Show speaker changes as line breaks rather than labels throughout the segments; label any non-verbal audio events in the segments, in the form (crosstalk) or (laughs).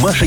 Маша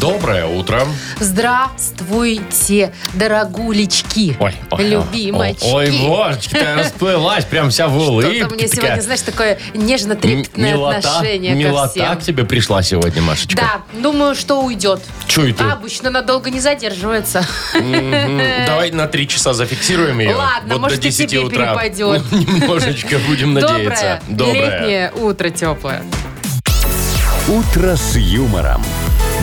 Доброе утро.
Здравствуйте, дорогулечки,
Ой, ой,
любимочки.
Ой, ой, Машечка, ты расплылась прям вся в улыбке.
Что-то мне
такая.
сегодня, знаешь, такое нежно-трепетное
Милота,
отношение
милота
ко всем.
к тебе пришла сегодня, Машечка.
Да, думаю, что уйдет.
Чё это?
А обычно надолго
(laughs)
не задерживается.
М, Давай на три часа зафиксируем ее.
э, Ладно,
вот
может,
до
и
10
тебе
утра.
перепадет.
(laughs) Немножечко будем надеяться.
Доброе, летнее утро теплое.
«Утро с юмором»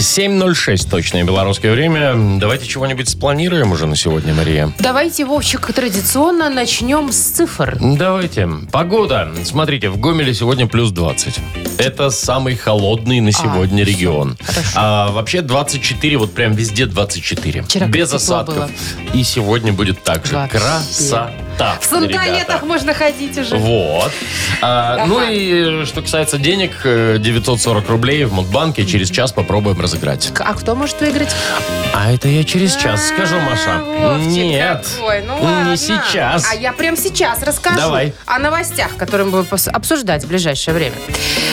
7.06 точное белорусское время. Давайте чего-нибудь спланируем уже на сегодня, Мария.
Давайте, Вовчик, традиционно начнем с цифр.
Давайте. Погода. Смотрите, в Гомеле сегодня плюс 20. Это самый холодный
А,
на сегодня регион. А вообще 24, вот прям везде 24.
Вчера как
Без
тепло
осадков.
было.
И сегодня будет так же.
Вообще.
Красота,
В сандалетах
ребята.
можно ходить уже.
Вот. А, ну и э, что касается денег, э, 940 рублей в Мудбанке через час попробуем разыграть.
А кто может выиграть?
А это я через час скажу, Маша.
А, Вовчик
Нет,
какой, ну
не
ладно.
сейчас.
А я прям сейчас расскажу
Давай.
о новостях, которые мы будем пос- обсуждать в ближайшее время.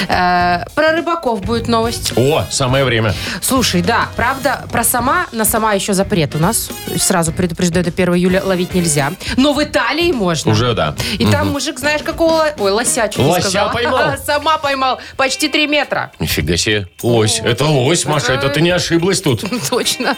Э, Про рыбаков будет новость.
О, самое время.
Слушай, да, правда, про сама, на сама еще запрет у нас. Сразу предупреждаю, до 1 июля ловить нельзя. Но в Италии можно.
Уже да.
И там мужик, знаешь, какого... ло- Ой, лося, чуть не
Лося
сказала.
поймал?
(laughs) Сама поймал. Почти 3 метра.
Нифига себе. Лось. Это лось, Маша. Это ты не ошиблась тут.
(laughs) Точно.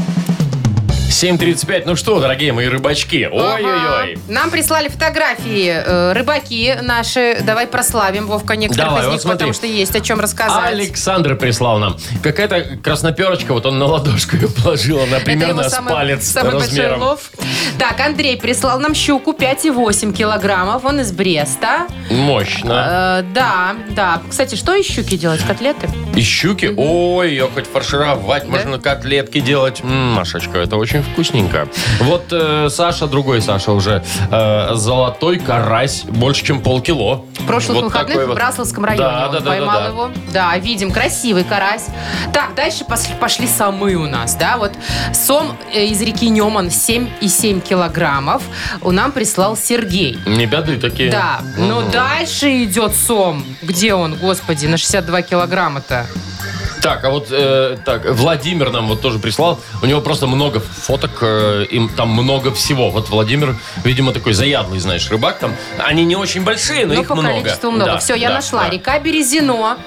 7.35. Ну что, дорогие мои рыбачки. Ой-ой-ой.
Ага. Нам прислали фотографии э, рыбаки наши. Давай прославим, Вовка, некоторых
Давай,
из
вот
них,
смотри.
потому что есть о чем рассказать.
Александр прислал нам. Какая-то красноперочка, вот он на ладошку ее положила, она примерно
его
с палец
самый
размером.
большой лов. Так, Андрей прислал нам щуку 5,8 килограммов. Он из Бреста.
Мощно.
Э, да, да. Кстати, что из щуки делать? Котлеты?
И щуки, ой, ее хоть фаршировать, можно котлетки делать. М, Машечка, это очень вкусненько. Вот э, Саша, другой Саша уже, э, золотой карась, больше, чем полкило.
В прошлых
Вот
выходных
такой
в
вот.
Брасловском районе
Да,
он
да, да,
поймал
да, да.
его. Да, видим, красивый карась. Так, дальше пос- пошли самы у нас, да, вот сом э, из реки Неман 7,7 килограммов у нам прислал Сергей.
Не беды такие.
Да, но
Мгм.
дальше идет сом. Где он, господи, на 62 килограмма-то?
Так, а вот э, так, Владимир нам вот тоже прислал. У него просто много фоток, э, им там много всего. Вот Владимир, видимо, такой заядлый, знаешь, рыбак там. Они не очень большие, но,
Ну,
их
по
много.
количеству много.
Да,
Все, я
да,
нашла.
да.
Река Березино.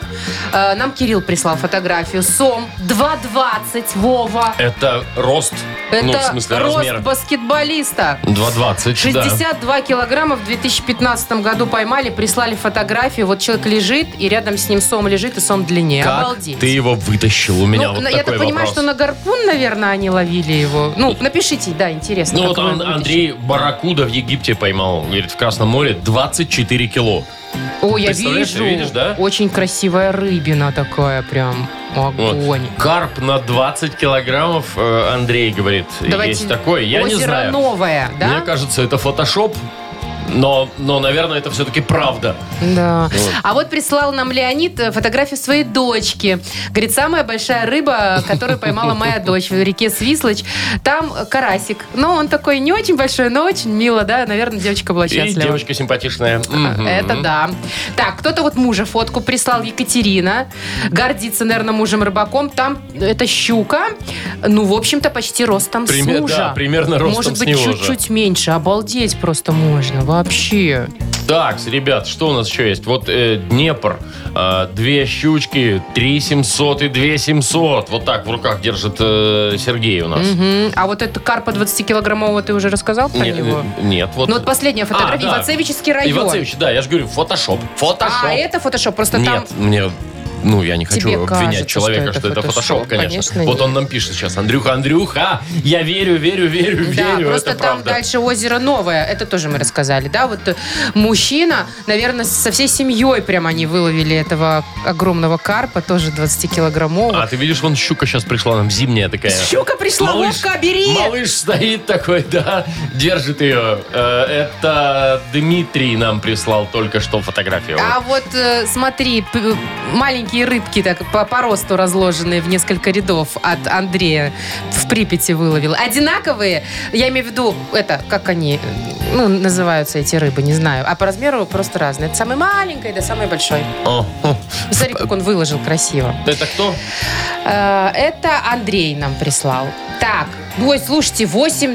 Э, Нам Кирилл прислал фотографию. Сом 2,20, Вова.
Это рост,
Это
ну, в смысле,
рост
размер.
баскетболиста.
2,20, да.
62 килограмма в 2015 году поймали, прислали фотографию. Вот человек лежит, и рядом с ним сом лежит, и сом длиннее.
Как
Обалдеть.
ты его вытащил? У меня
Ну,
вот
на-
такой
я так понимаю,
вопрос.
что на гарпун, наверное, они ловили его. Ну, напишите, да, интересно.
Ну
как
вот
вы
Ан-
его
Андрей Баракуда в Египте поймал, говорит, в Красном море 24 кило.
вытащили. О, я
Представляешь,
вижу.
видишь, да?
Очень красивая рыбина такая прям.
Вот.
Огонь.
Карп на 20 килограммов, э, Андрей говорит, есть такой. Я
озеро
не знаю.
новое, да?
Мне кажется, это фотошоп, но, но наверное, это все-таки правда.
Да. А вот прислал нам Леонид э, фотографию своей дочки. Говорит, самая большая рыба, которую поймала моя дочь в реке Свислочь. Там э, карасик. Но он такой не очень большой, но очень мило, да. Наверное, девочка была
И
счастлива. Э,
девочка симпатичная. Мгм.
А, Это да. Так, кто-то вот мужа фотку прислал, Екатерина. Гордится, наверное, мужем-рыбаком. Там это щука. Ну, в общем-то, почти ростом
Пример-
с мужа.
да, примерно ростом
Может
с
быть,
него же.
чуть-чуть меньше. Обалдеть просто можно. Вообще.
Так, ребят, что у нас еще есть? Вот э, Днепр, э, две щучки, 3 700 и 2 700. Вот так в руках держит э, Сергей у нас.
Мгм. А вот это карпа 20-килограммового ты уже рассказал про
Не-
него?
Нет, вот.
Ну вот последняя фотография.
А, да.
Ивацевический район.
Ивацевич, да, я же говорю, фотошоп. Фотошоп.
А, это фотошоп. Просто там
Нет, мне... Ну, я не хочу
Тебе
обвинять
кажется,
человека,
что
что,
это
это фотошоп,
фотошоп,
конечно.
конечно,
вот
нет.
он нам пишет сейчас. Андрюха, Андрюха, я верю, верю, верю,
Да,
верю.
просто
это
там
правда.
дальше озеро Новое. Это тоже мы рассказали, да? Вот э, мужчина, наверное, со всей семьей прям они выловили этого огромного карпа, тоже 20-килограммового.
А ты видишь, вон щука сейчас пришла нам, зимняя такая.
Щука пришла, Вовка, бери!
А, малыш стоит такой, да, держит ее. Э, Это Дмитрий нам прислал только что фотографию.
А вот э, смотри, п- маленькие рыбки так по, по росту разложенные в несколько рядов от Андрея в Припяти выловил. Одинаковые, я имею в виду, это, как они, э, ну, называются эти рыбы, не знаю. А по размеру просто разные. От самой маленькой до самой большой.
О, о.
Смотри, как он выложил красиво.
Это кто?
Э, Это Андрей нам прислал. Так, ой, слушайте,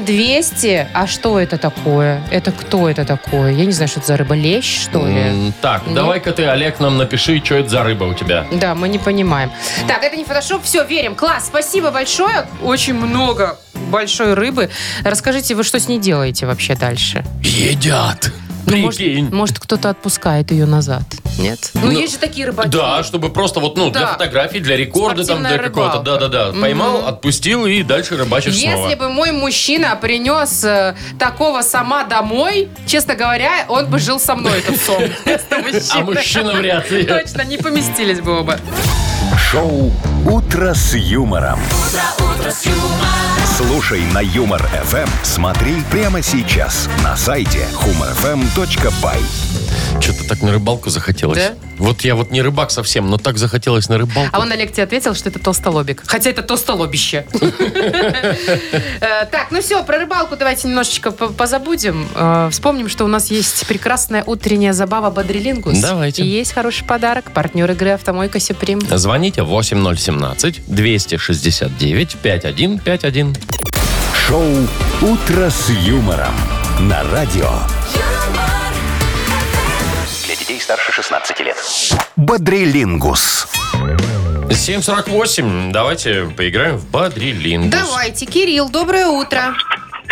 8200. А что это такое? Это кто это такое? Я не знаю, что это за рыба. Лещ, что ли?
М, Так,
Нет.
давай-ка ты, Олег, нам напиши, что это за рыба у тебя.
Да, мы не понимаем. Так, это не фотошоп, все, верим. Класс, спасибо большое. Очень много большой рыбы. Расскажите, вы что с ней делаете вообще дальше?
Едят.
Ну, может, может, кто-то отпускает ее назад? Нет? Ну,
Ну,
есть же такие рыбаки.
Да, чтобы просто вот, ну, для
Да.
фотографий, для рекорда, там,
Спортивная
для какого-то,
рыбалка.
да-да-да. Поймал, отпустил и дальше рыбачишь
Если
снова.
бы мой мужчина принес э, такого сама домой, честно говоря, он бы жил со мной, этот сом. (laughs) Вместо
А
мужчины. (laughs)
мужчина вряд ли.
Точно, не поместились бы оба.
Шоу «Утро с юмором». Слушай на Юмор ФМ, смотри прямо сейчас на сайте humorfm.by.
Что-то так на рыбалку захотелось.
Да?
Вот я вот не рыбак совсем, но так захотелось на рыбалку.
А он, Олег, тебе ответил, что это толстолобик. Хотя это толстолобище. Э, Так, ну все, про рыбалку давайте немножечко по- позабудем. Э, Вспомним, что у нас есть прекрасная утренняя забава Бодрилингус.
Давайте.
И есть хороший подарок. Партнер игры «Автомойка Сюприм».
Звоните 8017-269-5151.
Шоу «Утро с юмором» на радио
юмор,
Для детей старше 16 лет.
«Бодрилингус».
748. Давайте поиграем в Бадрилингус.
Давайте, Кирилл, доброе утро.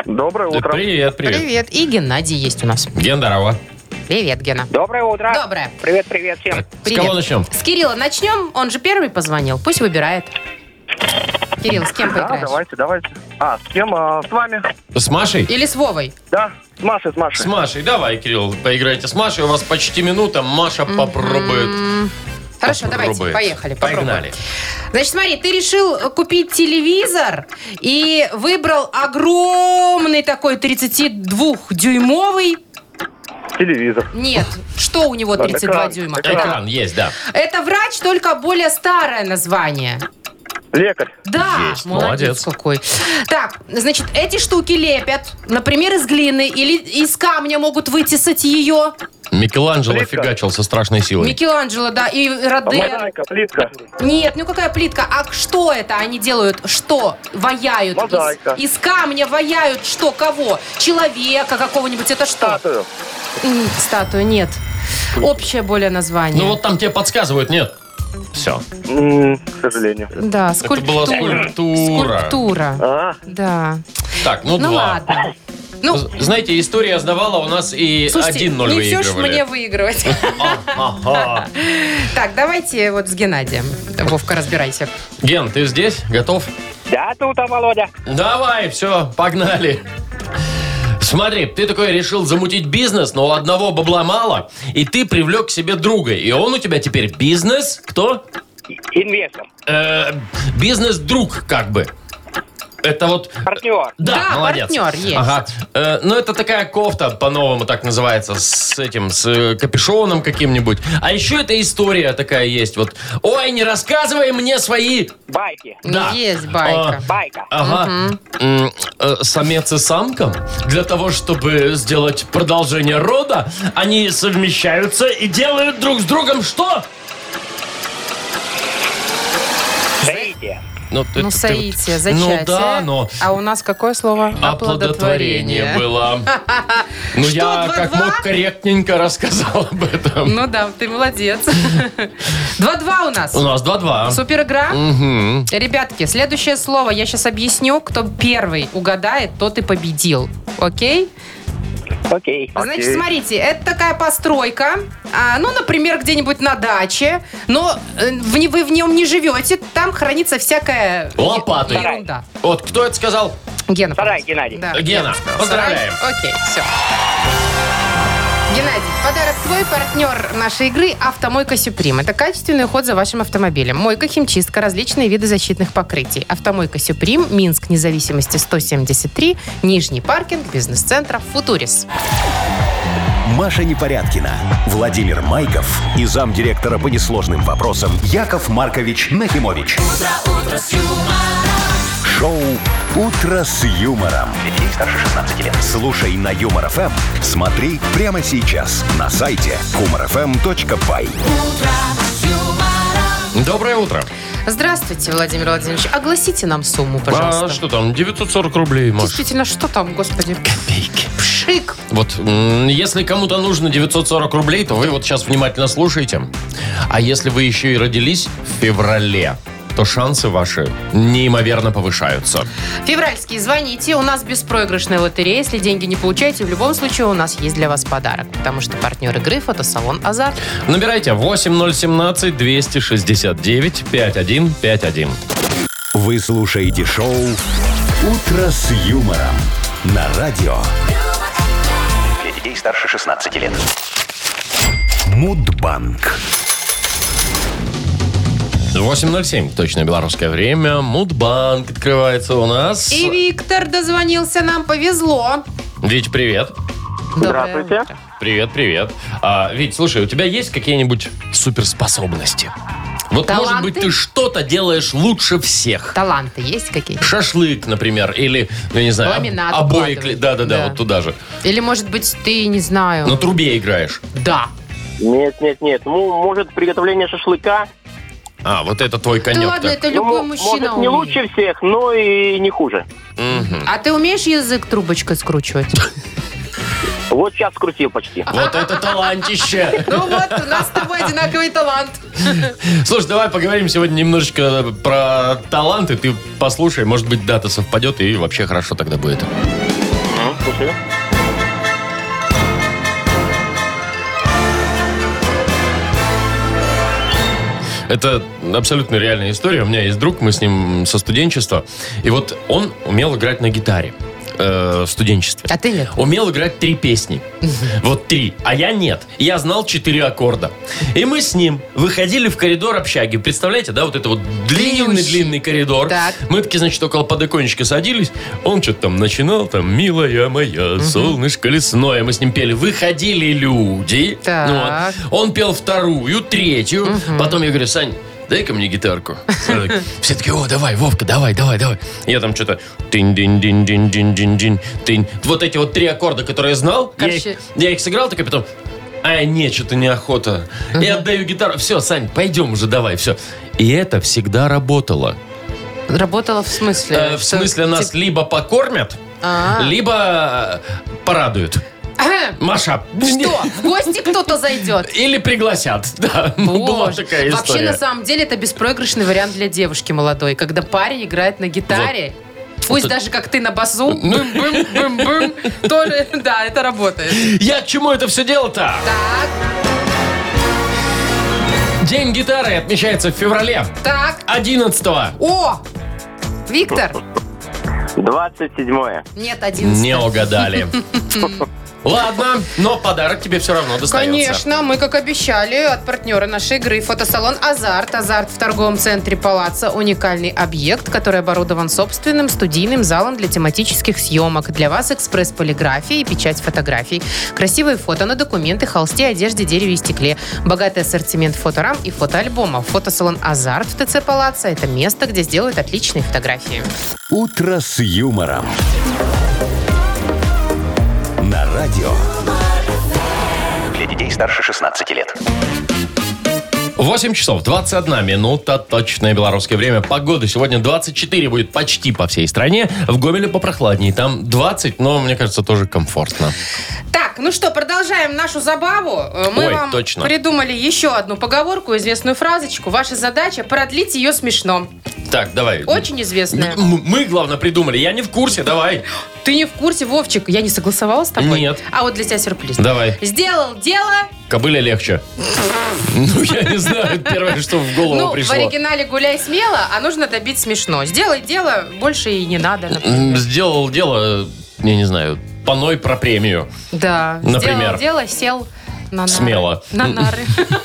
Доброе
Да,
утро.
Привет, привет.
Привет. И Геннадий есть у нас.
Ген, здорово.
Привет, Гена.
Доброе утро.
Доброе.
Привет, привет всем.
С
Привет.
кого начнем?
С Кирилла начнем. Он же первый позвонил. Пусть выбирает. Кирилл, с кем
Да,
поиграешь?
давайте, давайте. А, с кем? А, с вами.
С Машей?
Или с Вовой?
Да, с Машей, с
С
Машей.
Машей. Давай, Кирилл, поиграйте с Машей. У вас почти минута. Маша попробует
Хорошо, давайте,
Попробует.
поехали. попробуем.
Погнали.
Значит, смотри, ты решил э, купить телевизор и выбрал огромный такой 32-дюймовый.
Телевизор.
Нет, что у него 32
экран,
дюйма?
экран.
Экран есть, да.
Это врач, только более старое название.
Лекарь.
Да,
Есть, молодец.
молодец какой. Так, значит, эти штуки лепят, например, из глины или из камня могут вытесать ее.
Микеланджело
Плитка.
фигачил со страшной силой.
Микеланджело, да, и Роден.
Мозаика, плитка.
Нет, ну какая плитка? А что это они делают? Что? Ваяют? из-
Мозаика.
Из, камня ваяют что? Кого? Человека какого-нибудь? Это что?
Статую.
М, Статую, нет. Общее более название.
Ну вот там тебе подсказывают, нет? Все.
М, К сожалению.
Да,
Это была
скульптура.
скульптура.
Скульптура.
А,
Да.
Так, ну,
Ну
два.
ладно. Ну,
З- Знаете, история сдавала у нас и
слушайте,
1-0
не все ж
Э, выигрывали. А,
мне выигрывать. (laughs)
Ага.
Так, давайте вот с Геннадием. Вовка, разбирайся.
Ген, ты здесь? Готов?
я тут, а, Володя.
Давай, все, погнали. Смотри, ты такой решил замутить бизнес, но у одного бабла мало, и ты привлек к себе друга. И он у тебя теперь бизнес, кто?
Инвестор.
Э, бизнес-друг, как бы. Это вот...
Партнер.
Да,
Да,
молодец.
партнер есть.
Ага. Э, ну, это такая кофта, по-новому так называется, с этим, с э, капюшоном каким-нибудь. А еще эта история такая есть, вот. Ой, не рассказывай мне свои...
Байки.
Да.
Ну,
А,
Есть байка.
Байка.
Ага. М, э, Самец и самка для того, чтобы сделать продолжение рода, они совмещаются и делают друг с другом что?
Соитие.
ты-
Ну,
ты- ты вот-
соитие, зачатие.
Ну да, но
А у нас какое слово?
оплодотворение
(laughs)
было. Ну
Что,
я как
2-2?
мог корректненько рассказал об этом.
Ну да, ты (laughs) молодец. 2-2 у нас.
У нас 2-2.
Супер игра. Ребятки, следующее слово я сейчас объясню. Кто первый угадает, тот и победил. Окей?
Окей.
Значит, смотрите, это такая постройка, а, ну, например, где-нибудь на даче, но э, в не- вы в нем не живете, там хранится всякая е-
Лопаты.
ерунда.
Вот кто это сказал?
Гена.
Сарай,
пожалуйста.
Геннадий.
Да,
Гена,
сказал.
поздравляем.
Сарай. Окей, все. Геннадий, подарок твой, партнер нашей игры «Автомойка Сюприм». Это качественный уход за вашим автомобилем. Мойка, химчистка, различные виды защитных покрытий. «Автомойка Сюприм», Минск, независимости 173, Нижний паркинг, бизнес-центр «Футурис».
Маша Непорядкина, Владимир Майков и замдиректора по несложным вопросам Яков Маркович Нахимович. Шоу Утро с юмором.
Детей старше 16 лет.
Слушай на Юмор ФМ. Смотри прямо сейчас на сайте humorfm.by.
Доброе утро.
Здравствуйте, Владимир Владимирович. Огласите нам сумму, пожалуйста.
А что там, 940 рублей, Маш?
Действительно, что там, господи? Пшик.
Вот, м, если кому-то нужно 940 рублей, то вы вот сейчас внимательно слушайте. А если вы еще и родились в феврале, то шансы ваши неимоверно повышаются.
Февральские, звоните. У нас беспроигрышная лотерея. Если деньги не получаете, в любом случае у нас есть для вас подарок. Потому что партнер игры – фотосалон «Азарт».
Набирайте 8017-269-5151.
Вы слушаете шоу Утро с юмором на радио
Для детей старше 16 лет.
Мудбанк.
8.07, точно белорусское время. Мудбанк открывается у нас.
И Виктор дозвонился нам. Повезло.
Вить, привет.
Доброе
Здравствуйте.
утро.
Привет, привет. А, Вить, слушай, у тебя есть какие-нибудь суперспособности? Вот, может быть,
Таланты?
ты что-то делаешь лучше всех.
Таланты есть какие-то?
Шашлык, например, или, ну, я не знаю, об-
Ламинат
обои.
вкладывать.
Да, да, да,
Да.
вот туда же.
Или, может быть, ты, не знаю...
На трубе играешь.
Да.
Нет, нет, нет. Ну, может, приготовление шашлыка.
А, вот это твой
Да
конек.
ладно, это любой
Ну,
мужчина
Может, не
умеет.
лучше всех, но и не хуже.
А ты умеешь язык
(laughs)
трубочкой скручивать?
Вот сейчас скрутил почти.
Вот это талантище.
Ну вот, у нас с тобой одинаковый талант.
Слушай, давай поговорим сегодня немножечко про таланты. Ты послушай, может быть, дата совпадет, и вообще хорошо тогда будет.
М, слушаю.
Это абсолютно реальная история. У меня есть друг, мы с ним со студенчества. И вот он умел играть на гитаре. э, в студенчестве.
А ты нет?
Умел играть три песни. Вот три. А я нет. И Я знал четыре аккорда. И мы с ним выходили в коридор общаги. Представляете, да, вот это вот длинный-длинный коридор.
Так.
Мы такие, значит, около подоконничка садились. Он что-то там начинал, там, милая моя, солнышко лесное. Мы с ним пели. Выходили люди.
Так.
Ну, вот. Он пел вторую, третью. Потом я говорю, Сань, дай-ка мне гитарку. (laughs) Он так, Все таки о, давай, Вовка, давай, давай, давай. Я там что-то... тынь динь динь динь динь динь динь тынь. Вот эти вот три аккорда, которые я знал, я их,
Короче-
я их сыграл, так и потом... А, не, что-то неохота. Я отдаю гитару. Все, Сань, пойдем уже, давай, все. И это всегда работало.
Работала в смысле?
Э, в
Что
смысле, нас
тип-
либо покормят,
А.
либо э, порадуют. Маша,
Что, в гости кто-то
(laughs)
зайдет?
Или пригласят. (laughs) Да, ну, была
Боже.
такая
Вообще, на
история.
самом деле, это беспроигрышный вариант для девушки молодой, когда парень играет на гитаре. Пусть
Это- Ну,
даже как ты на басу, бым-бым-бым-бым, тоже, да, это работает.
Я к чему это все дело-то?
Так,
День гитары отмечается в феврале.
так,
11
о! Виктор!
27-е.
Нет, один.
Не
(laughs)
угадали. Ладно, но подарок тебе все равно достается.
Конечно, мы, как обещали, от партнера нашей игры фотосалон «Азарт». «Азарт» в торговом центре «Палаца» – уникальный объект, который оборудован собственным студийным залом для тематических съемок. Для вас экспресс полиграфия и печать фотографий. Красивые фото на документы, холсте, одежде, дереве и стекле. Богатый ассортимент фоторам и фотоальбомов. Фотосалон «Азарт» в ТЦ «Палаца» – это место, где сделают отличные фотографии.
«Утро с юмором». На радио.
Для детей старше 16 лет.
8 часов 21 минута, точное белорусское время. Погода сегодня 24 будет почти по всей стране. В Гомеле попрохладнее. Там 20, но мне кажется, тоже комфортно.
Так, ну что, продолжаем нашу забаву. Э, Мы
Ой,
вам
точно.
придумали еще одну поговорку, известную фразочку. Ваша задача продлить ее смешно.
Так, давай.
Очень известная.
М- м- Мы, главное, придумали. Я не в курсе, давай.
Ты не в курсе, Вовчик? Я не согласовала с тобой?
Нет.
А вот для тебя сюрприз.
Давай.
Сделал дело,
Кобыле легче. Ну, я не знаю, первое, что в голову
ну, в
пришло.
оригинале гуляй смело, а нужно добить смешно. Сделай дело, больше и не надо.
М,
например.
Сделал дело, я не знаю, паной про премию.
Да.
Например.
Сделал дело, сел на нары.
Смело.
На нары.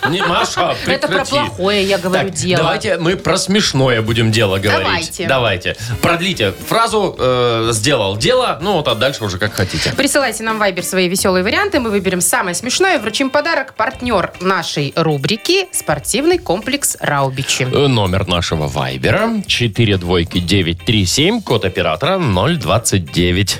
Не, Маша, а прекрати.
Это про плохое, я говорю,
Так,
дело.
давайте мы про смешное будем дело говорить.
Давайте.
Давайте. Продлите фразу э, «сделал дело», ну вот, а дальше уже как хотите.
Присылайте нам в Viber свои веселые варианты. Мы выберем самое смешное и вручим подарок. Партнер нашей рубрики – спортивный комплекс «Раубичи».
Э, Номер нашего вайбера 4 двойки 937, код оператора 029.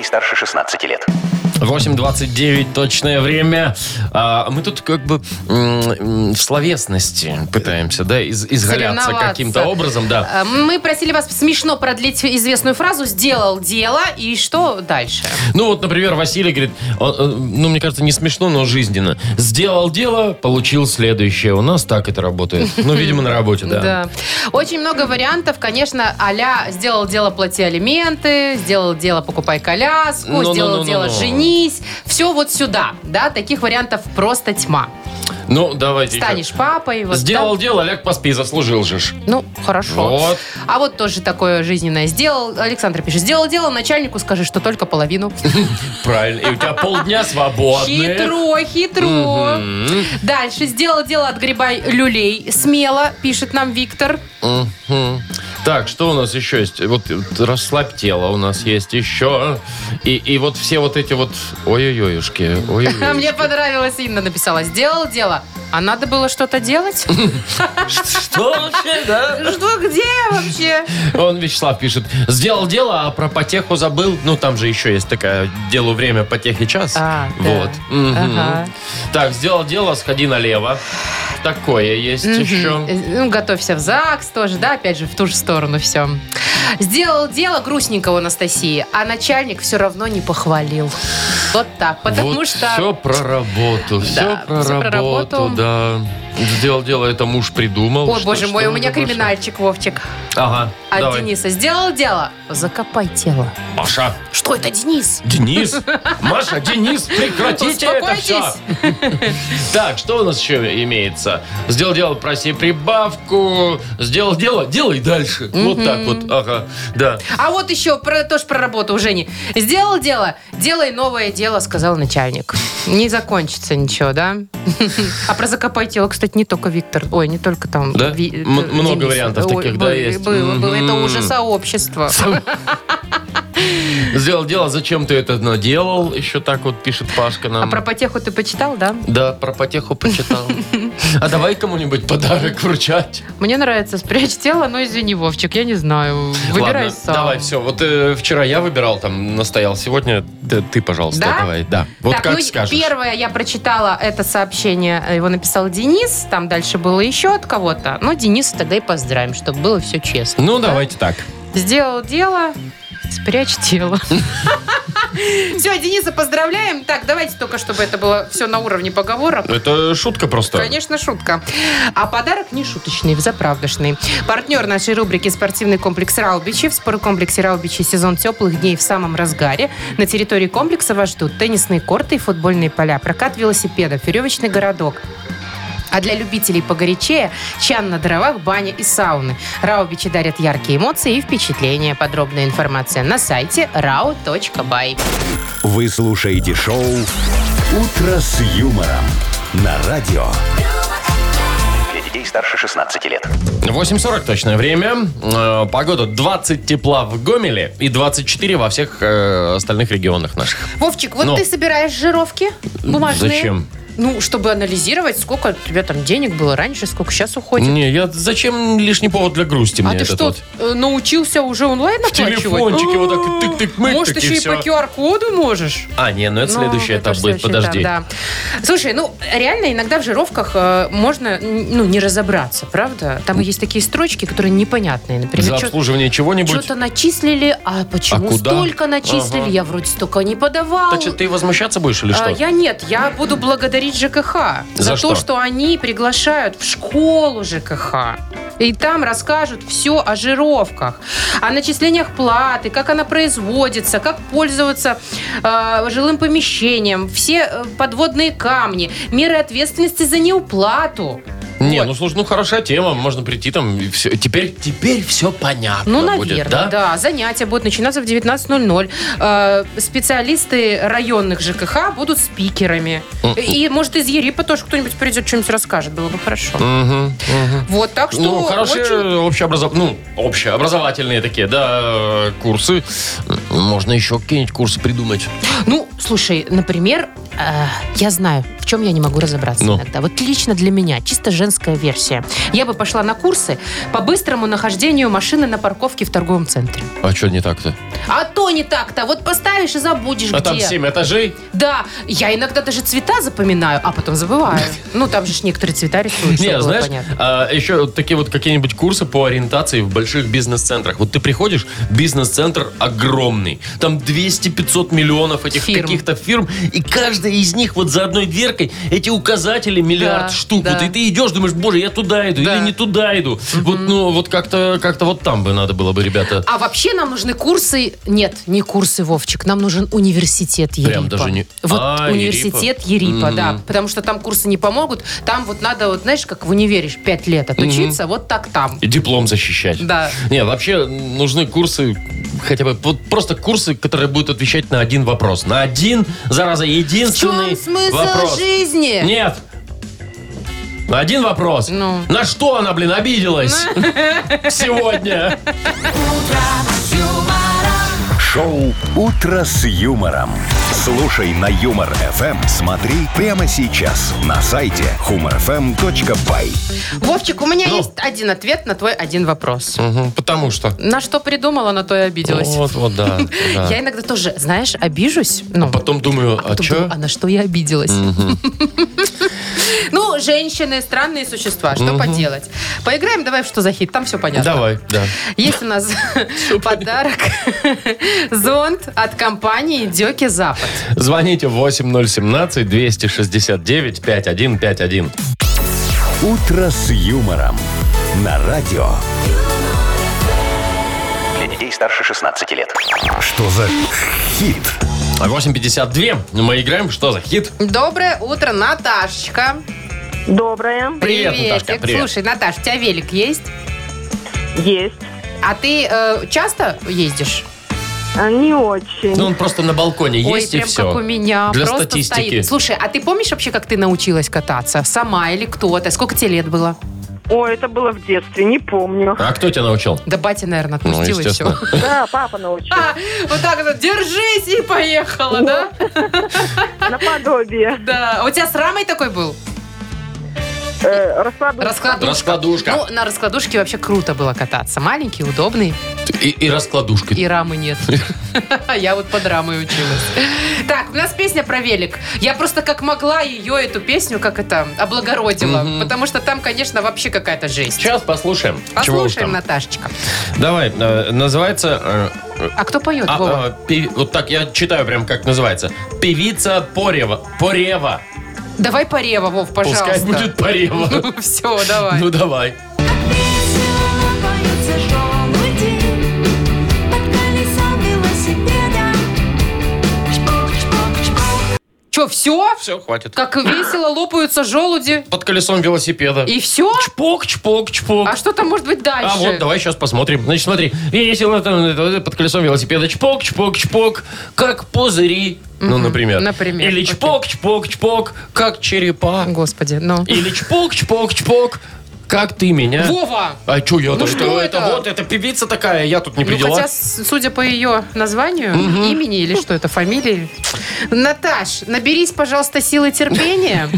старше 16 лет.
8.29 точное время. А, мы тут как бы м, м, в словесности пытаемся, да, из, изгаляться
Соревноваться.
каким-то образом, да.
Э, Мы просили вас смешно продлить известную фразу «сделал дело» и что дальше?
Ну вот, например, Василий говорит, он, э, ну, мне кажется, не смешно, но жизненно. Сделал дело, получил следующее. У нас так это работает. Ну, видимо, на работе, да.
Очень много вариантов, конечно, а «сделал дело, плати алименты», «сделал дело, покупай коляску»,
Ну-ну-ну-ну-ну.
«сделал дело, женись». Все вот сюда, да, таких вариантов просто тьма.
Ну, давайте. еще.
Станешь папой. вот
Сделал дело, ляг поспи, заслужил же ж.
так. Ну, хорошо.
Вот.
А вот тоже такое жизненное сделал. Александр пишет, сделал дело, начальнику скажи, что только половину.
Правильно. И у тебя полдня свободны.
Хитро, хитро. Дальше, сделал дело, отгребай люлей. Смело, пишет нам Виктор.
Мгм. Так, что у нас еще есть? Вот вот, расслабь тело у нас есть еще. И, и вот все вот эти вот... Ой-ой-ойушки. ой
А (laughs) мне понравилось, Инна написала, сделал дело. А надо было что-то делать?
Что вообще, да?
Что, где вообще?
(laughs) Он, Вячеслав, пишет. Сделал дело, а про потеху забыл. Ну, там же еще есть такая делу время, потехи час.
А, да.
вот. Мгм.
Ага.
Так, сделал дело, сходи налево. Такое есть еще.
Ну, готовься в ЗАГС тоже, да, опять же, в ту же сторону все. Сделал дело грустненького Анастасии, а начальник все равно не похвалил. Вот так, потому
вот
что...
все про работу, все
Да,
про
всё про
работу,
работу.
да. Сделал дело, это муж придумал.
Ой,
Что-
боже
что
мой, у
мы
меня
больше?
криминальчик, Вовчик.
Ага,
А
давай.
Дениса сделал дело? Закопай тело.
Маша,
Что это, Денис?
Денис, Маша, Денис, прекратите это все. Так, что у нас еще имеется? Сделал дело, проси прибавку. Сделал дело, делай дальше. Вот так вот, ага, да.
А вот еще про, тоже про работу у Жени. Сделал дело, делай новое дело, сказал начальник. Не закончится ничего, да? (laughs) А про закопай тело, кстати, не только Виктор. Ой, не только там.
Да?
Ви-
М-
э,
много
Денис.
вариантов
Ой,
таких, да,
было-
есть?
Было, было. Это
Мгм.
уже сообщество.
Сделал дело, зачем ты это наделал? Еще так вот пишет Пашка нам.
А про потеху ты почитал, да?
Да, про потеху почитал. А давай кому-нибудь подарок вручать.
Мне нравится спрячь тело, но извини, Вовчик, я не знаю. Выбирай
Ладно,
сам.
давай, все. Вот э, вчера я выбирал, там, настоял. Сегодня ты, ты, пожалуйста,
Да?
давай. Да, вот
так,
как
ну,
скажешь.
первое я прочитала это сообщение, э, его написал Денис, там дальше было еще от кого-то. Ну, Дениса тогда и поздравим, чтобы было все честно.
Ну, давайте так.
Сделал дело, спрячь тело. Все, Дениса поздравляем. Так, давайте только, чтобы это было все на уровне поговорок.
Это шутка просто.
Конечно, шутка. А подарок не шуточный, заправдошный. Партнер нашей рубрики «Спортивный комплекс Раубичи». В спорткомплексе Раубичи сезон теплых дней в самом разгаре. На территории комплекса вас ждут теннисные корты и футбольные поля, прокат велосипедов, веревочный городок, а для любителей погорячее – чан на дровах, баня и сауны. Раубичи дарят яркие эмоции и впечатления. Подробная информация на сайте rao.by.
Вы слушаете шоу «Утро с юмором» на радио.
Для детей старше 16 лет.
8.40 точное время. Э, Погода 20 тепла в Гомеле и 24 во всех э, остальных регионах наших.
Вовчик, вот
Ну.
ты собираешь жировки бумажные.
Зачем?
Ну, чтобы анализировать, сколько у тебя там денег было раньше, сколько сейчас уходит.
Не, я зачем лишний повод для грусти
А
мне
ты
этот
что,
вот?
э, научился уже онлайн оплачивать?
телефончике вот так
А-а-а.
тык-тык-мык,
Может,
так и
еще и,
всё.
по QR-коду можешь?
А, не, ну это
Ну,
следующий
это
этап
ж
будет,
следующий
подожди.
этап, да. Слушай, ну, реально, иногда в жировках э, можно, н- ну, не разобраться, правда? Там есть такие строчки, которые непонятные.
За
Например, чё-
обслуживание чего-нибудь.
что-то начислили, а почему
куда?
столько начислили?
Ага.
Я вроде столько не подавал.
Так что, ты возмущаться будешь или
А,
что?
Я нет, я буду благодарить ЖКХ
За что?
то, что они приглашают в школу ЖКХ. И там расскажут все о жировках, о начислениях платы, как она производится, как пользоваться э, жилым помещением, все э, подводные камни, меры ответственности за неуплату.
Не,
Вот.
ну слушай, ну хороша тема, можно прийти там и все. Теперь, теперь все понятно
Ну,
будет,
наверное,
да?
да? Занятия будут начинаться в 19.00. Э, специалисты районных ЖКХ будут спикерами. И, может, из Ерипа тоже кто-нибудь придет, что-нибудь расскажет. Было бы хорошо.
Мгм, мгм.
Вот, так что...
ну, хорошие
очень-
общеобразов- ну, общеобразовательные такие, да, э, курсы. Можно еще какие-нибудь курсы придумать.
Ну, слушай, например, э, я знаю, в чем я не могу разобраться
Ну.
иногда. Вот лично для меня, чисто женская версия. Я бы пошла на курсы по быстрому нахождению машины на парковке в торговом центре.
А что не так-то?
А то не так-то. Вот поставишь и забудешь,
А
где.
там 7 этажей.
Да, я иногда даже цвета запоминаю, а
(laughs)
потом забываю. Ну, там же ж некоторые цвета рисуют, чтобы
Не,
было
знаешь,
понятно.
а, еще вот такие вот какие-нибудь курсы по ориентации в больших бизнес-центрах. Вот ты приходишь, бизнес-центр огромный. Там 200-500 миллионов этих
Фирм.
каких-то фирм. И каждая из них вот за одной дверкой эти указатели миллиард
Да,
штук.
да.
Вот, и ты идешь, думаешь, боже, я туда иду
Да.
или не туда иду. Вот, ну, вот как-то как вот там бы надо было бы, ребята.
А вообще нам нужны курсы... Нет, не курсы, Вовчик. Нам нужен университет Ерипа.
Прям даже не-
Вот
А,
университет Ерипа,
Ерипа.
да.
Мгм.
Потому что там курсы не помогут. Там вот надо, вот знаешь, как в универе ж пять лет отучиться, вот так там.
И диплом защищать.
Да.
Не, вообще нужны курсы, хотя бы вот просто курсы, которые будут отвечать на один вопрос. На один, зараза,
В
единственный
чем смысл
вопрос.
жизни?
Нет. Один вопрос.
Ну.
На что она, блин,
(laughs)
обиделась сегодня?
Шоу «Утро с юмором». Слушай на Юмор ФМ. Смотри прямо сейчас на сайте humorfm.by.
Вовчик, у меня
Ну.
есть один ответ на твой один вопрос.
Потому что.
На что придумала, на то и обиделась.
Вот, вот, да.
(laughs)
да.
Я иногда тоже, знаешь, обижусь. Ну,
Потом думаю, а
Потом думаю,
что?
а на что я обиделась? (laughs) Ну, женщины, странные существа, что поделать. Поиграем давай в «Что за хит», там все понятно.
Давай, да.
Есть
(laughs)
у нас подарок. (laughs) Зонт от компании Дёки Запад.
Звоните 8017 269 5151.
«Утро с юмором» на радио.
Для детей старше 16 лет.
Что за хит?
8.52. Мы играем в «Что за хит?»
Доброе утро, Наташечка.
Доброе.
Привет,
Приветик.
Наташка, привет.
Слушай, Наташ, у тебя велик есть?
Есть.
А ты э, часто ездишь?
А, Не очень.
Ну, он просто на балконе
Ой,
есть и
прям
все.
как у меня.
Для
Просто
статистики.
стоит. Слушай, а ты помнишь вообще, как ты научилась кататься? Сама или кто-то? Сколько тебе лет было?
Ой, это было в детстве, не помню.
А кто тебя научил?
Да батя, наверное,
Ну,
отпустил и все.
естественно.
Да, папа научил.
Вот так вот, держись и поехала, да?
Наподобие.
Да. А У тебя с рамой такой был?
Э, Раскладушка.
Раскладушка.
Раскладушка.
Ну, на раскладушке вообще круто было кататься. Маленький, удобный,
И, и раскладушка.
Ну, и рамы
(laughs)
нет. А Я вот под рамой училась. Так, у нас песня про велик. Я просто как могла ее, эту песню, как это, облагородила.
Мгм.
Потому что там, конечно, вообще какая-то жесть.
Сейчас послушаем. Чего уж
Послушаем,
там.
Наташечка.
Давай, э, называется... э,
А кто поет,
а,
Вова?
а, пи- вот так я читаю прям, как называется. Певица Порева. Порева.
Давай порева, Вов, пожалуйста.
Пускай будет Порева.
(laughs) Ну, все, давай.
Ну давай.
Поется шумный день под колесом велосипеда. Чпок, чпок, чпок.
Че, все?
Все, хватит.
Как весело лопаются желуди.
Под колесом велосипеда.
И все?
Чпок, чпок, чпок.
А что там может быть дальше?
А вот, давай сейчас посмотрим. Значит, смотри, весело там э, под колесом велосипеда. Чпок, чпок, чпок, как пузыри. Ну, например.
например,
Или
окей.
чпок, чпок, чпок, как черепа.
Господи, ну.
Или чпок, чпок, чпок, как ты меня.
Вова!
А что я
Ну
тут?
что это?
Вот, это певица такая, я тут не при
Ну,
делах.
хотя, с- судя по ее названию, имени или что это, фамилии. Наташ, наберись, пожалуйста, силы терпения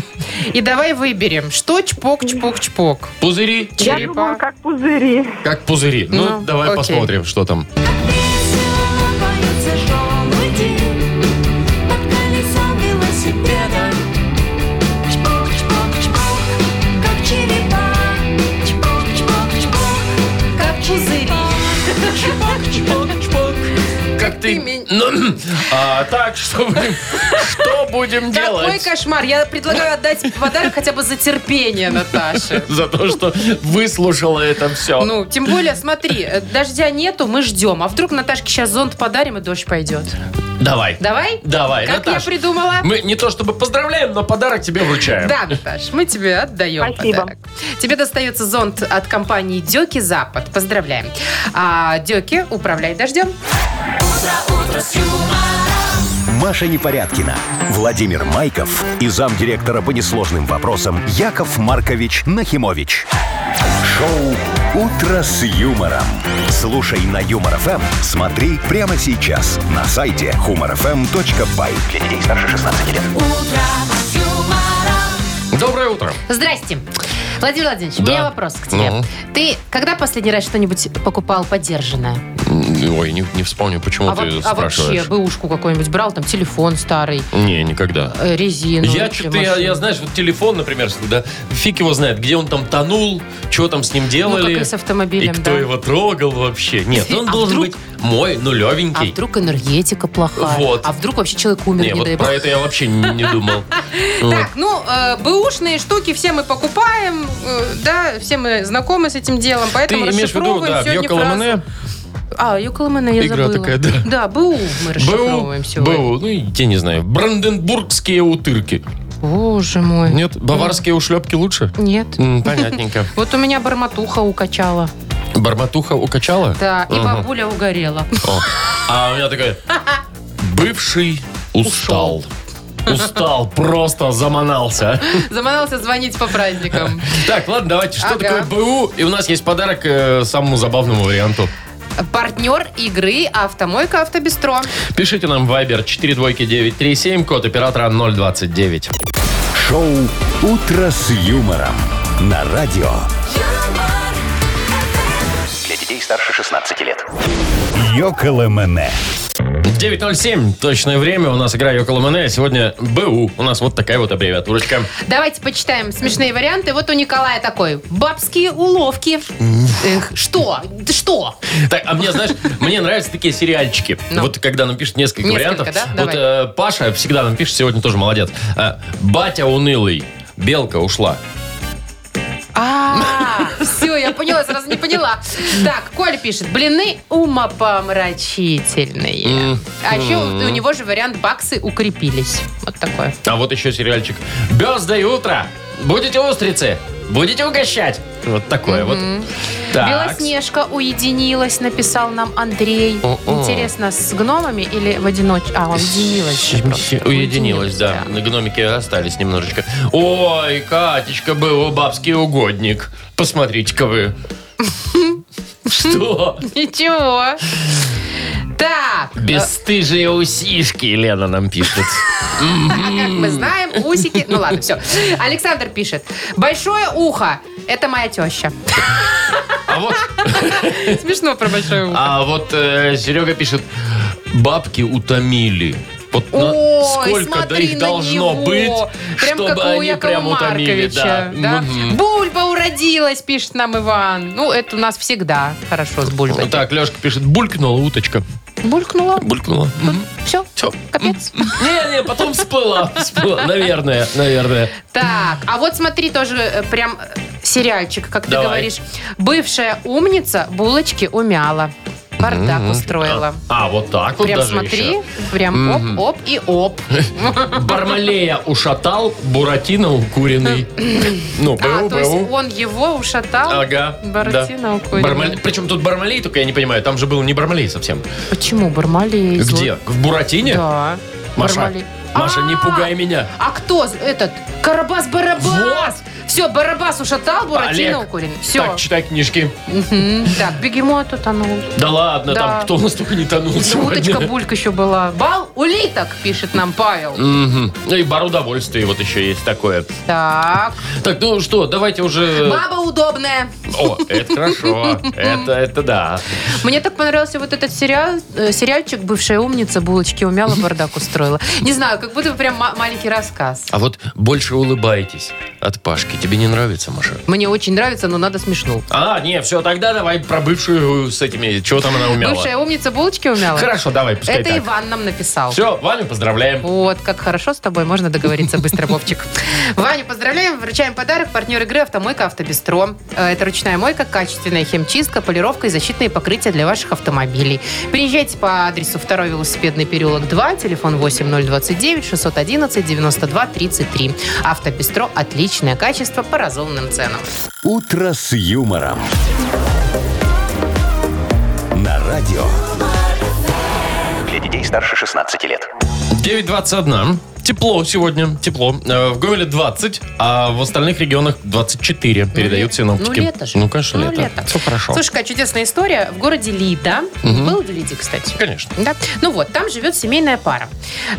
и давай выберем, что чпок-чпок-чпок.
Пузыри,
Я
череп,
думаю, как пузыри.
как пузыри. Ну,
Ну,
давай
окей.
посмотрим, что там.
Весело поется шумный день под колесом велосипеда. Чпок, чпок, чпок, как черепа. Чпок, чпок, чпок, как пузыри.
Как
ты
ты...
меня-
Ну, (clears throat) а, так, (laughs) что, мы- что будем
Какой
делать?
кошмар! Я предлагаю отдать подарок хотя бы за терпение Наташе.
За то, что выслушала это все.
Ну, тем более, смотри, э, дождя нету, мы ждем. А вдруг Наташке сейчас зонт подарим, и дождь пойдет.
Давай.
Давай?
Давай,
Как я
Наташ.
придумала?
Мы не то чтобы поздравляем, но подарок тебе вручаем.
Да, Наташ, мы тебе отдаем
Спасибо.
подарок. Тебе достается зонт от компании Дёки Запад. Поздравляем. А, Дёки, управляй дождем.
Маша Непорядкина, Владимир Майков и замдиректора по несложным вопросам Яков Маркович Нахимович. Шоу «Утро с юмором». Слушай на Юмор ФМ, смотри прямо сейчас на сайте humorfm.by.
Для детей старше 16 лет.
Доброе утро.
Здрасте. Владимир Владимирович, у
Да.
меня вопрос к тебе.
Ну.
Ты когда последний раз что-нибудь покупал подержанное?
Ой, не, не вспомню, почему
а,
Ну, ты
вот- а вообще
спрашиваешь.
бэушку какую-нибудь брал, там телефон старый,
Не, никогда.
э, резину.
Я
для
что-то, я,
машины?
я, знаешь, вот телефон, например, да, фиг его знает, где он там тонул, что там с ним делали.
Ну, и с автомобилем,
И кто
да.
его трогал вообще. Нет, он
А
должен
вдруг-
быть мой,
А
нулевенький.
вдруг энергетика плохая?
Вот.
А вдруг вообще человек умер, не,
Не, вот
дай бог?
про это я вообще не, не думал.
(laughs) Так, ну, э, бэушные штуки все мы покупаем, э, да, все мы знакомы с этим делом,
Ты
поэтому
имеешь в виду,
расшифровываем
да, в
сегодня
Йоколо
фразу.
Мане
А, Йоколомене я
Игра
забыла.
такая, да.
Да, БУ мы
БУ,
расшифровываем сегодня.
БУ, ну, я не знаю, бранденбургские утырки.
Боже мой.
Нет, баварские ушлепки лучше?
Нет.
М, Понятненько.
Вот у меня бормотуха укачала.
Барматуха укачала?
Да, и
Мгм. (laughs)
бабуля угорела.
О. А у меня такая... Бывший устал. Устал, просто заманался.
Заманался звонить по праздникам.
Так, ладно, давайте, что
Ага.
такое БУ? И у нас есть подарок э, самому забавному варианту.
Партнер игры «Автомойка Автобестро».
Пишите нам в Viber 42937, код оператора 029.
Шоу «Утро с юмором» на радио.
Юмор,
Для детей старше 16 лет.
Йоколэмэне.
9.07, точное время, у нас игра Йоколомане, сегодня БУ. У нас вот такая вот аббревиатурочка.
Давайте почитаем смешные варианты. Вот у Николая такой. Бабские уловки. Эх, Что? Да Что?
Так, а мне, знаешь, мне нравятся такие сериальчики.
Ну.
Вот когда нам пишут несколько,
Несколько,
вариантов.
да?
Вот
Давай.
э, Паша всегда нам пишет, сегодня тоже молодец. Э, Батя унылый, белка ушла.
(laughs) А, все, я поняла, сразу не поняла. Так, Коля пишет, блины умопомрачительные. А еще у него же вариант баксы укрепились. Вот такое.
А вот еще сериальчик. Бездой утро. Будете устрицы. Будете угощать. Вот такое вот. Так.
Белоснежка уединилась, написал нам Андрей.
О-о.
Интересно, с гномами или в одиночку? А, (laughs) уединилась. же просто.
Уединилась, да. Гномики остались немножечко. Ой, Катечка был бабский угодник. Посмотрите-ка
(laughs)
вы. Что?
Ничего. Так,
Бесстыжие усишки, Лена нам пишет.
а как мы знаем, усики... Ну ладно, все. Александр пишет. Большое ухо. Это моя теща.
А вот,
Смешно про большое ухо.
а вот э, Серега пишет, бабки утомили. Вот на-
Ой,
Ну, сколько да
смотри
их
на
должно
него.
быть,
прям
чтобы
как у
они
Якова
прям утомили. Да.
Марковича, да?
Мгм.
Бульба уродилась, пишет нам Иван. Ну, это у нас всегда хорошо с бульбой.
Ну Так, Лешка пишет, булькнула уточка.
Булькнула.
Булькнула.
Все,
Всё.
капец.
Не-не, потом всплыла. всплыла. Наверное, наверное.
Так, а вот смотри тоже э, прям э, сериальчик, как ты
Давай.
говоришь. Бывшая умница булочки умяла. Бардак устроила.
А, вот так вот
Прям
даже Э,
смотри,
еще.
прям оп, оп и оп.
Бармалея ушатал, Буратино
(laughs)
укуренный. Ну,
А,
БУ,
то есть
БУ.
он его ушатал?
Ага.
Буратино укуренный.
Причем тут Бармалей, только я не понимаю, там же был не Бармалей совсем.
Почему Бармалей? злой?
Где? В Буратине?
Да.
Маша,
Бармалей.
Маша, не
А,
пугай меня.
А кто з- этот? Карабас-барабас! Все, Барабас ушатал, Буратино
Олег,
укуренный. Все.
Так, читай книжки.
Так, бегемот утонул.
Да ладно,
Да.
там кто настолько не тонул
Ну, Уточка
сегодня.
Бульк еще была. Бал улиток, пишет нам Павел.
Мгм. Ну и бар удовольствия вот еще есть такое.
Так.
Так, ну что, давайте уже...
Баба удобная.
О, это хорошо. Это, это да.
Мне так понравился вот этот сериал, э, сериальчик «Бывшая умница, булочки умяла, бардак устроила». Не знаю, как будто бы прям ма- маленький рассказ.
А вот больше улыбайтесь от Пашки. Тебе не нравится, Маша?
Мне очень нравится, но надо смешно.
А, не, все, тогда давай про бывшую с этими... Чего там она умела?
Бывшая умница, булочки умяла?
Хорошо, давай, пускай
Это
так.
Иван нам написал.
Все, Ваню поздравляем.
Вот, как хорошо с тобой, можно договориться быстро, Вовчик. Ваню поздравляем, вручаем подарок. Партнер игры «Автомойка Автобестро». Э, Это ручная мойка, качественная химчистка, полировка и защитные покрытия для ваших автомобилей. Приезжайте по адресу 2 велосипедный переулок 2, телефон 8029 611 92 33. «Автобестро» – отличное качество по разумным ценам.
«Утро с юмором». На радио.
Для детей старше 16 лет.
9.21. Тепло сегодня, тепло. Э, В Гомеле 20, а в остальных регионах 24 передают синоптики.
ну, лето же.
Ну, конечно,
Ну,
лето.
лето.
Все хорошо.
Слушай, какая чудесная история. В городе Лида. Был в Лиде, кстати?
Конечно.
Да. Ну вот, там живет семейная пара.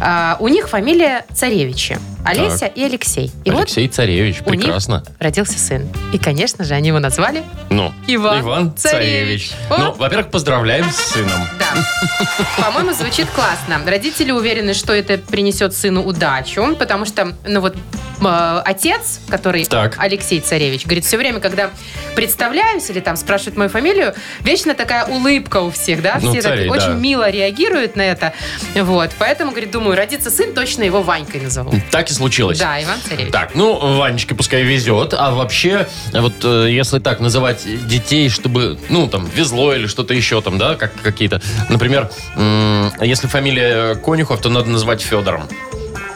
А, у них фамилия Царевичи. Олеся и Алексей. И
Алексей Царевич,
у них-
прекрасно.
вот родился сын. И, конечно же, они его назвали.
Ну,
Иван
Царевич.
Царевич.
Ну,
Вот.
во-первых, поздравляем с сыном.
Да. По-моему, звучит классно. Родители уверены, что это принесет сыну удачу, потому что, ну вот, э, отец, который
Так.
Алексей Царевич, говорит, все время, когда представляюсь или там спрашивают мою фамилию, вечно такая улыбка у всех, да,
Ну,
все так
царей, да.
очень мило реагируют на это, вот, поэтому, говорит, думаю, родится сын, точно его Ванькой назову.
Так и случилось.
Да, Иван Царевич.
Так, ну, Ванечке пускай везет, а вообще, вот э, если так называть детей, чтобы, ну, там, везло или что-то еще там, да, как какие-то, например, м, если фамилия Конюхов, то надо назвать Федором.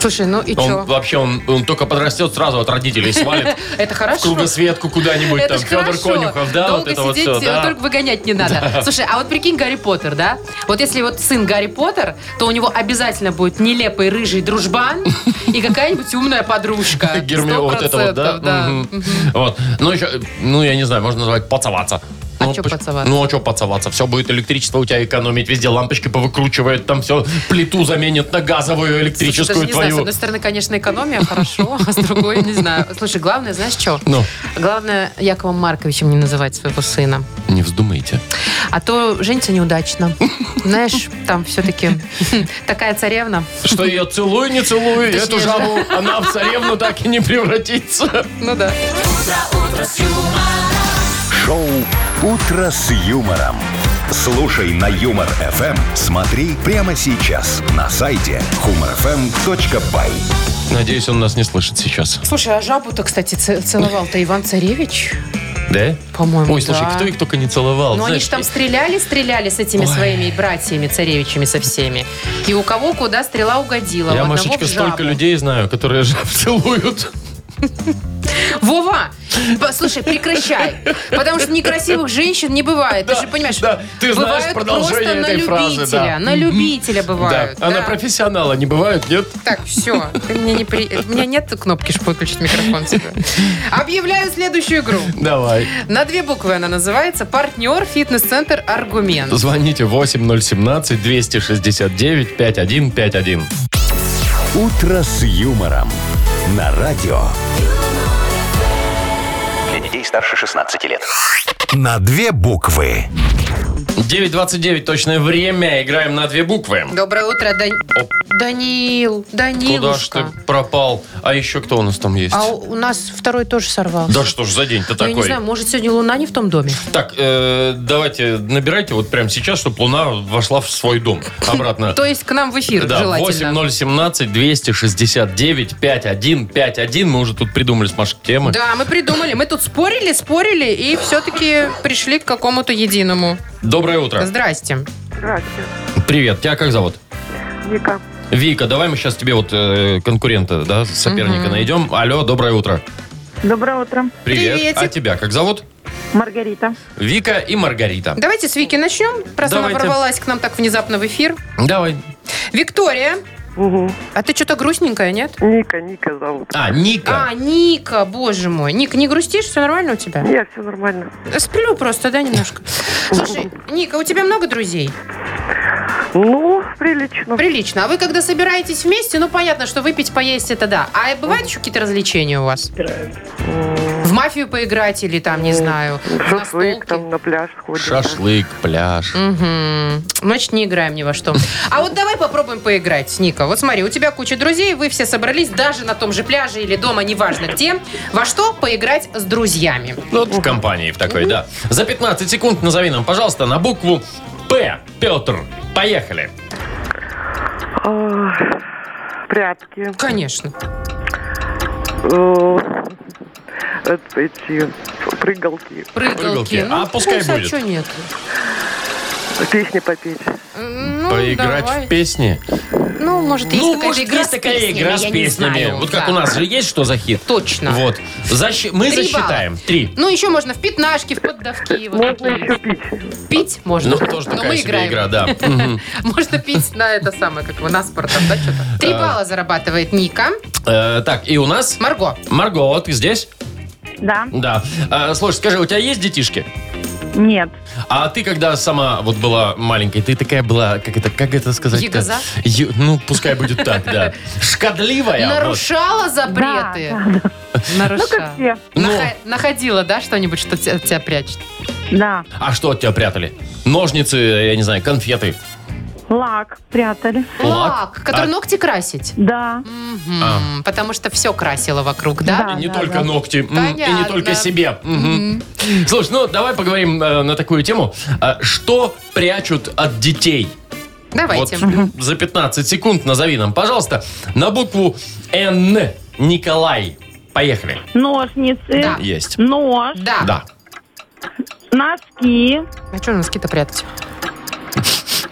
Слушай, ну и
Он
что?
вообще, он, он только подрастет, сразу от родителей свалит
(laughs) Это
в
хорошо.
кругосветку куда-нибудь, там,
ж
Федор
хорошо.
Конюхов, да,
Долго
вот это вот
сидеть,
все,
э,
да.
только выгонять не надо. Слушай, а вот прикинь Гарри Поттер, да? Вот если вот сын Гарри Поттер, то у него обязательно будет нелепый рыжий дружбан и какая-нибудь
(laughs)
умная подружка.
Гермиона, вот это вот,
100%,
да? Мгм. Вот. Ну, еще, ну, я не знаю, можно назвать поцеловаться.
А
ну,
чё
поч-
поцеловаться?
Ну, а что поцеловаться? Все будет электричество у тебя экономить, везде лампочки повыкручивают, там все, плиту заменят на газовую,
Слушай,
электрическую
даже не знаю, с
твою.
одной стороны, конечно, экономия, хорошо, а с другой, не знаю. Слушай, главное, знаешь что?
Ну.
Главное, Яковом Марковичем не называть своего сына.
Не вздумайте.
А то женится неудачно. Знаешь, там все-таки такая царевна.
Что ее целуй, не целуй, эту
Точнее же.
жабу, она в царевну так и не превратится.
Ну да.
Шоу «Утро с юмором» Слушай на Юмор ФМ. Смотри прямо сейчас на сайте humorfm.by.
Надеюсь, он нас не слышит сейчас.
Слушай, а жабу-то, кстати, ц- целовал-то Иван Царевич,
Да?
по-моему,
Ой, слушай,
да.
кто их только не целовал.
Ну, они
знаешь,
же там стреляли, стреляли с этими
Ой.
своими братьями, царевичами, со всеми. И у кого куда стрела угодила.
Я,
у одного
Машечка,
в жабу.
столько людей знаю, которые жаб целуют.
Вова, б- слушай, прекращай. Потому что некрасивых женщин не бывает. Ты
Да,
же понимаешь,
да, ты знаешь
бывают
продолжение
просто на
этой фразы,
любителя.
да.
На любителя бывают.
Да. А на
да.
профессионала не бывает, нет?
Так, все. Ты мне не при... У меня нет кнопки, чтобы выключить микрофон тебе. Объявляю следующую игру.
Давай.
На две буквы она называется «Партнер фитнес-центр Аргумент».
Звоните 8017-269-5151.
Утро с юмором. На радио.
Для детей старше 16 лет.
На две буквы.
9.29 точное время. Играем на две буквы.
Доброе утро, Дань...
Оп. Куда
Данил.
ж ты
Данилушка.
пропал? А еще кто у нас там есть?
А у у нас второй тоже сорвался.
Да что ж за день-то
Ну,
такой?
я не знаю, может, сегодня луна не в том доме?
Так, э, давайте набирайте вот прямо сейчас, чтобы Луна вошла в свой
(laughs)
дом обратно.
То есть к нам в эфир
Да,
желательно.
8017 269 5151. Мы уже тут придумали с Машей темы.
Да, мы придумали. Мы тут спорили, спорили и все-таки пришли к какому-то единому.
Доброе утро.
Здрасте.
Привет. Тебя как зовут?
Вика.
Вика, давай мы сейчас тебе вот э, конкурента, да, соперника найдем. Алло, доброе утро.
Доброе утро.
Привет.
Приветик.
А тебя как зовут?
Маргарита.
Вика и Маргарита.
Давайте с Вики начнем. Просто
Давайте.
она ворвалась к нам так внезапно в эфир.
Давай.
Виктория, а ты что-то грустненькая, нет?
Ника, Ника зовут.
А, Ника.
А, Ника, боже мой. Ник, не грустишь? Все нормально у тебя?
Я все нормально.
Сплю просто, да, немножко. Слушай, Ника, у тебя много друзей?
Ну, прилично.
Прилично. А вы когда собираетесь вместе, ну понятно, что выпить, поесть это да. А бывают еще какие-то развлечения у вас? В мафию поиграть или там, не знаю, в
Шашлык
настолки?
там на пляж ходит.
Шашлык, пляж.
Мгм. Значит, не играем ни во что. А вот давай попробуем поиграть, Ника. Вот смотри, у тебя куча друзей, вы все собрались даже на том же пляже или дома, неважно где, во что поиграть с друзьями.
Ну, вот в компании в такой, да. За 15 секунд назови нам, пожалуйста, на букву П. Петр. Поехали.
А, Прятки.
Конечно.
э, это Эти прыгалки.
Прыгалки.
Прыгалки.
А пускай
вкуса,
будет.
чё нет?
Песни попеть.
Ну,
Поиграть
давай.
в песни.
Ну, может, есть какая-то
игра
игра с песнями,
с
я не
песнями.
знаю.
Вот как
Да.
у нас же есть что за хит?
Точно.
Вот. Защи- Мы
Три
засчитаем.
балла.
Три.
Ну, еще можно в пятнашки, в поддавки. Вот
Можно
такие.
еще пить.
Пить можно.
Ну, тоже
Но
такая
мы
себе
играем.
игра, да. Мгм.
Можно пить на это самое, как его, на спорт, там, да, что-то. Три балла зарабатывает Ника.
Э, Так, и у нас...
Марго.
Марго, вот ты здесь?
Да.
Да. А, Слушай, скажи, у тебя есть детишки?
Нет.
А ты когда сама вот была маленькой, ты такая была, как это, как это сказать?
Ягоза?
ну, пускай будет так,
(laughs)
да. Шкадливая. А вот.
Нарушала запреты.
Ну, как
Нарушала.
все.
Ну.
Наха- Находила, да, что-нибудь, что те- от тебя прячет?
Да.
А что от тебя прятали? Ножницы, я не знаю, конфеты.
Лак прятали.
Лак.
Лак, который
А-
ногти красить.
Да.
Мгм.
А.
Потому что все красило вокруг, да?
Да.
И не только ногти, м, и не
Понятно.
только себе. Мгм. Слушай, ну давай поговорим э, на такую тему. А, Что прячут от детей?
Давайте.
Вот м, (laughs) за 15 секунд назови нам, пожалуйста, на букву Н. Николай. Поехали.
Ножницы.
Да.
Есть.
Нож.
Да.
Да.
Носки.
А что носки-то прятать? Что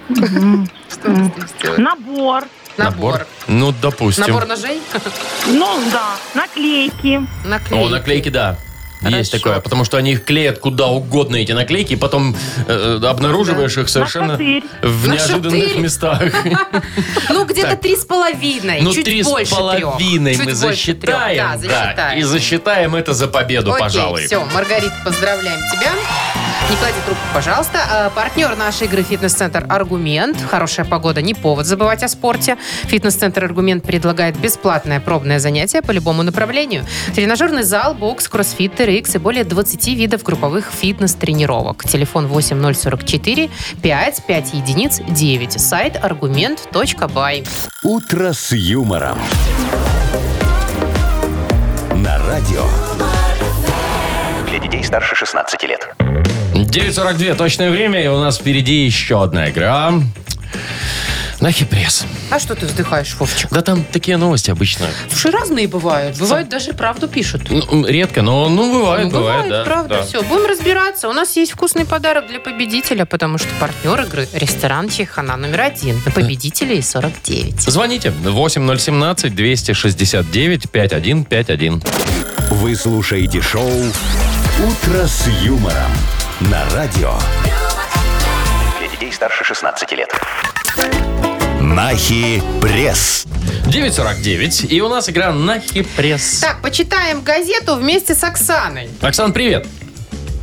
вы здесь делаете?
Набор.
Набор.
Ну, допустим.
Набор ножей?
Ну, да. Наклейки.
О, наклейки, да. Есть
Хорошо.
такое, потому что они их клеят куда угодно, эти наклейки, и потом э, э, обнаруживаешь их совершенно
шатырь.
в
На
неожиданных
шатырь.
местах.
(laughs) Ну, где-то
Так.
три с половиной.
Ну,
чуть
три с
больше
половиной
трех.
мы
Чуть больше трех,
засчитаем.
Да,
да,
засчитаем.
И засчитаем это за победу,
Окей,
пожалуй.
все, Маргарита, поздравляем тебя. Не клади трубку, пожалуйста. А, Партнер нашей игры «Фитнес-центр Аргумент». Хорошая погода, не повод забывать о спорте. «Фитнес-центр Аргумент» предлагает бесплатное пробное занятие по любому направлению. Тренажерный зал, бокс, кроссфит, TRX и более 20 видов групповых фитнес-тренировок. Телефон 8044 55 единиц 9. Сайт аргумент.бай.
Утро с юмором. На радио.
Для детей старше 16 лет.
9.37 9.42 точное время, и у нас впереди еще одна игра. На хипресс.
А что ты вздыхаешь, Вовчик?
Да там такие новости обычно.
Слушай, разные бывают. Бывают даже правду пишут.
Ну, редко, но ну, бывает,
Ну,
бывает, да.
правда,
да.
все. Будем разбираться. У нас есть вкусный подарок для победителя, потому что партнер игры – ресторан Чайхана номер один. На победителей 49.
Звоните 8017-269-5151.
Вы слушаете шоу «Утро с юмором» на радио.
Для детей старше 16 лет.
Нахи пресс.
9.49, и у нас игра на хипресс.
Так, почитаем газету вместе с Оксаной.
Оксан, привет.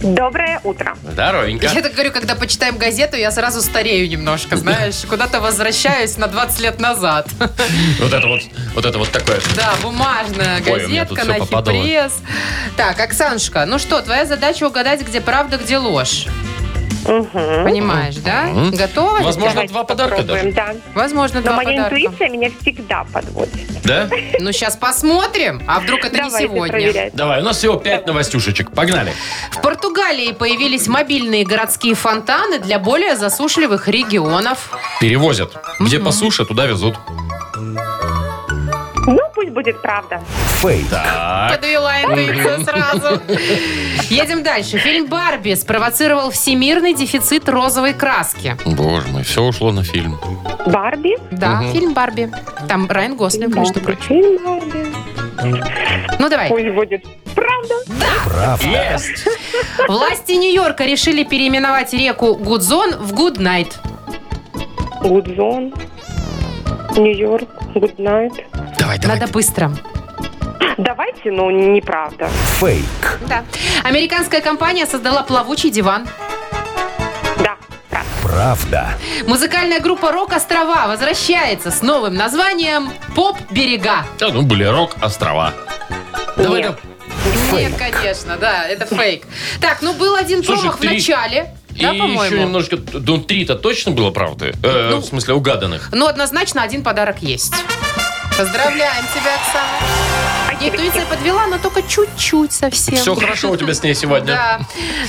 Доброе утро.
Здоровенько.
Я так говорю, когда почитаем газету, я сразу старею немножко, знаешь, куда-то возвращаюсь на 20 лет назад. (laughs)
Вот это вот, вот это вот такое.
Да, бумажная
Ой, у меня тут
газетка
всё
на
попадало.
хипресс. Так, Оксанушка, ну что, твоя задача угадать, где правда, где ложь. Понимаешь, да?
Мгм.
Готова? ли
Возможно,
ты?
Давайте
два подарка
попробуем, Да.
Возможно,
Но
два
моя
подарка.
интуиция меня всегда подводит.
Да?
Ну, сейчас посмотрим, а вдруг это
Давайте
не сегодня.
проверять.
Давай, у нас всего 5 новостюшечек. Погнали.
В Португалии появились мобильные городские фонтаны для более засушливых регионов.
Перевозят. Где по суше, туда везут.
Ну, пусть будет правда.
Фейк.
Так.
Подвела интуицию сразу. Едем дальше. Фильм «Барби» спровоцировал всемирный дефицит розовой краски.
Боже мой, все ушло на фильм.
Барби.
Да, фильм «Барби». Там Райан Гослинг, между прочим.
Фильм Барби.
Ну, давай.
Пусть будет правда.
Есть!
Власти Нью-Йорка решили переименовать реку Гудзон в Гуднайт.
Гудзон. Нью-Йорк. Гуднайт.
Давай, давай.
Надо быстро.
Давайте, но неправда.
Фейк.
Да. Американская компания создала плавучий диван.
Да. правда.
Правда.
Музыкальная группа «Рок-острова» возвращается с новым названием «Поп-берега».
Да, ну, были рок острова. Давай,
Нет.
да.
Нет, конечно, да, это фейк. Так, ну был один
Слушай,
промах в
три.
начале, да,
и еще
по-моему?
немножко, ну, три-то точно было правды? Э,
Ну.
в смысле, угаданных.
Ну, однозначно один подарок есть. Поздравляем тебя, Оксана. Интуиция подвела, но только чуть-чуть совсем.
Все хорошо у тебя с ней сегодня.
Да.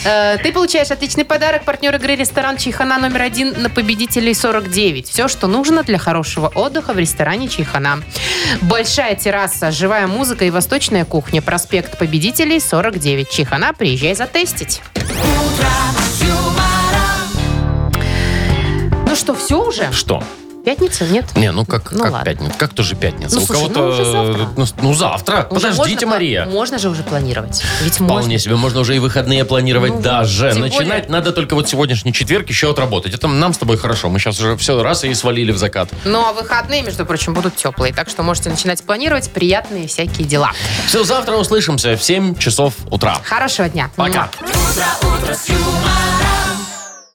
Э, Ты получаешь отличный подарок. Партнер игры ресторан Чайхана номер один на победителей 49. Все, что нужно для хорошего отдыха в ресторане Чайхана. Большая терраса, живая музыка и восточная кухня. Проспект победителей 49. Чайхана, приезжай затестить. Ну что, все уже?
Что?
Пятница? Нет?
Не, ну как,
Ну
как
ладно.
пятница? Как тоже пятница?
Ну,
у
слушай, ну,
кого-то...
уже завтра.
ну, с- ну, завтра.
Уже
Подождите,
можно
Мария.
пла- Можно же уже планировать. Ведь
Вполне
можно.
себе, можно уже и выходные планировать
Ну,
даже.
тем
Начинать
более-
надо только вот сегодняшний четверг еще отработать. Это нам с тобой хорошо. Мы сейчас уже все раз и свалили в закат.
Ну, а выходные, между прочим, будут теплые. Так что можете начинать планировать приятные всякие дела.
Все, завтра услышимся в 7 часов утра.
Хорошего дня.
Пока.
утро, утро с юмором.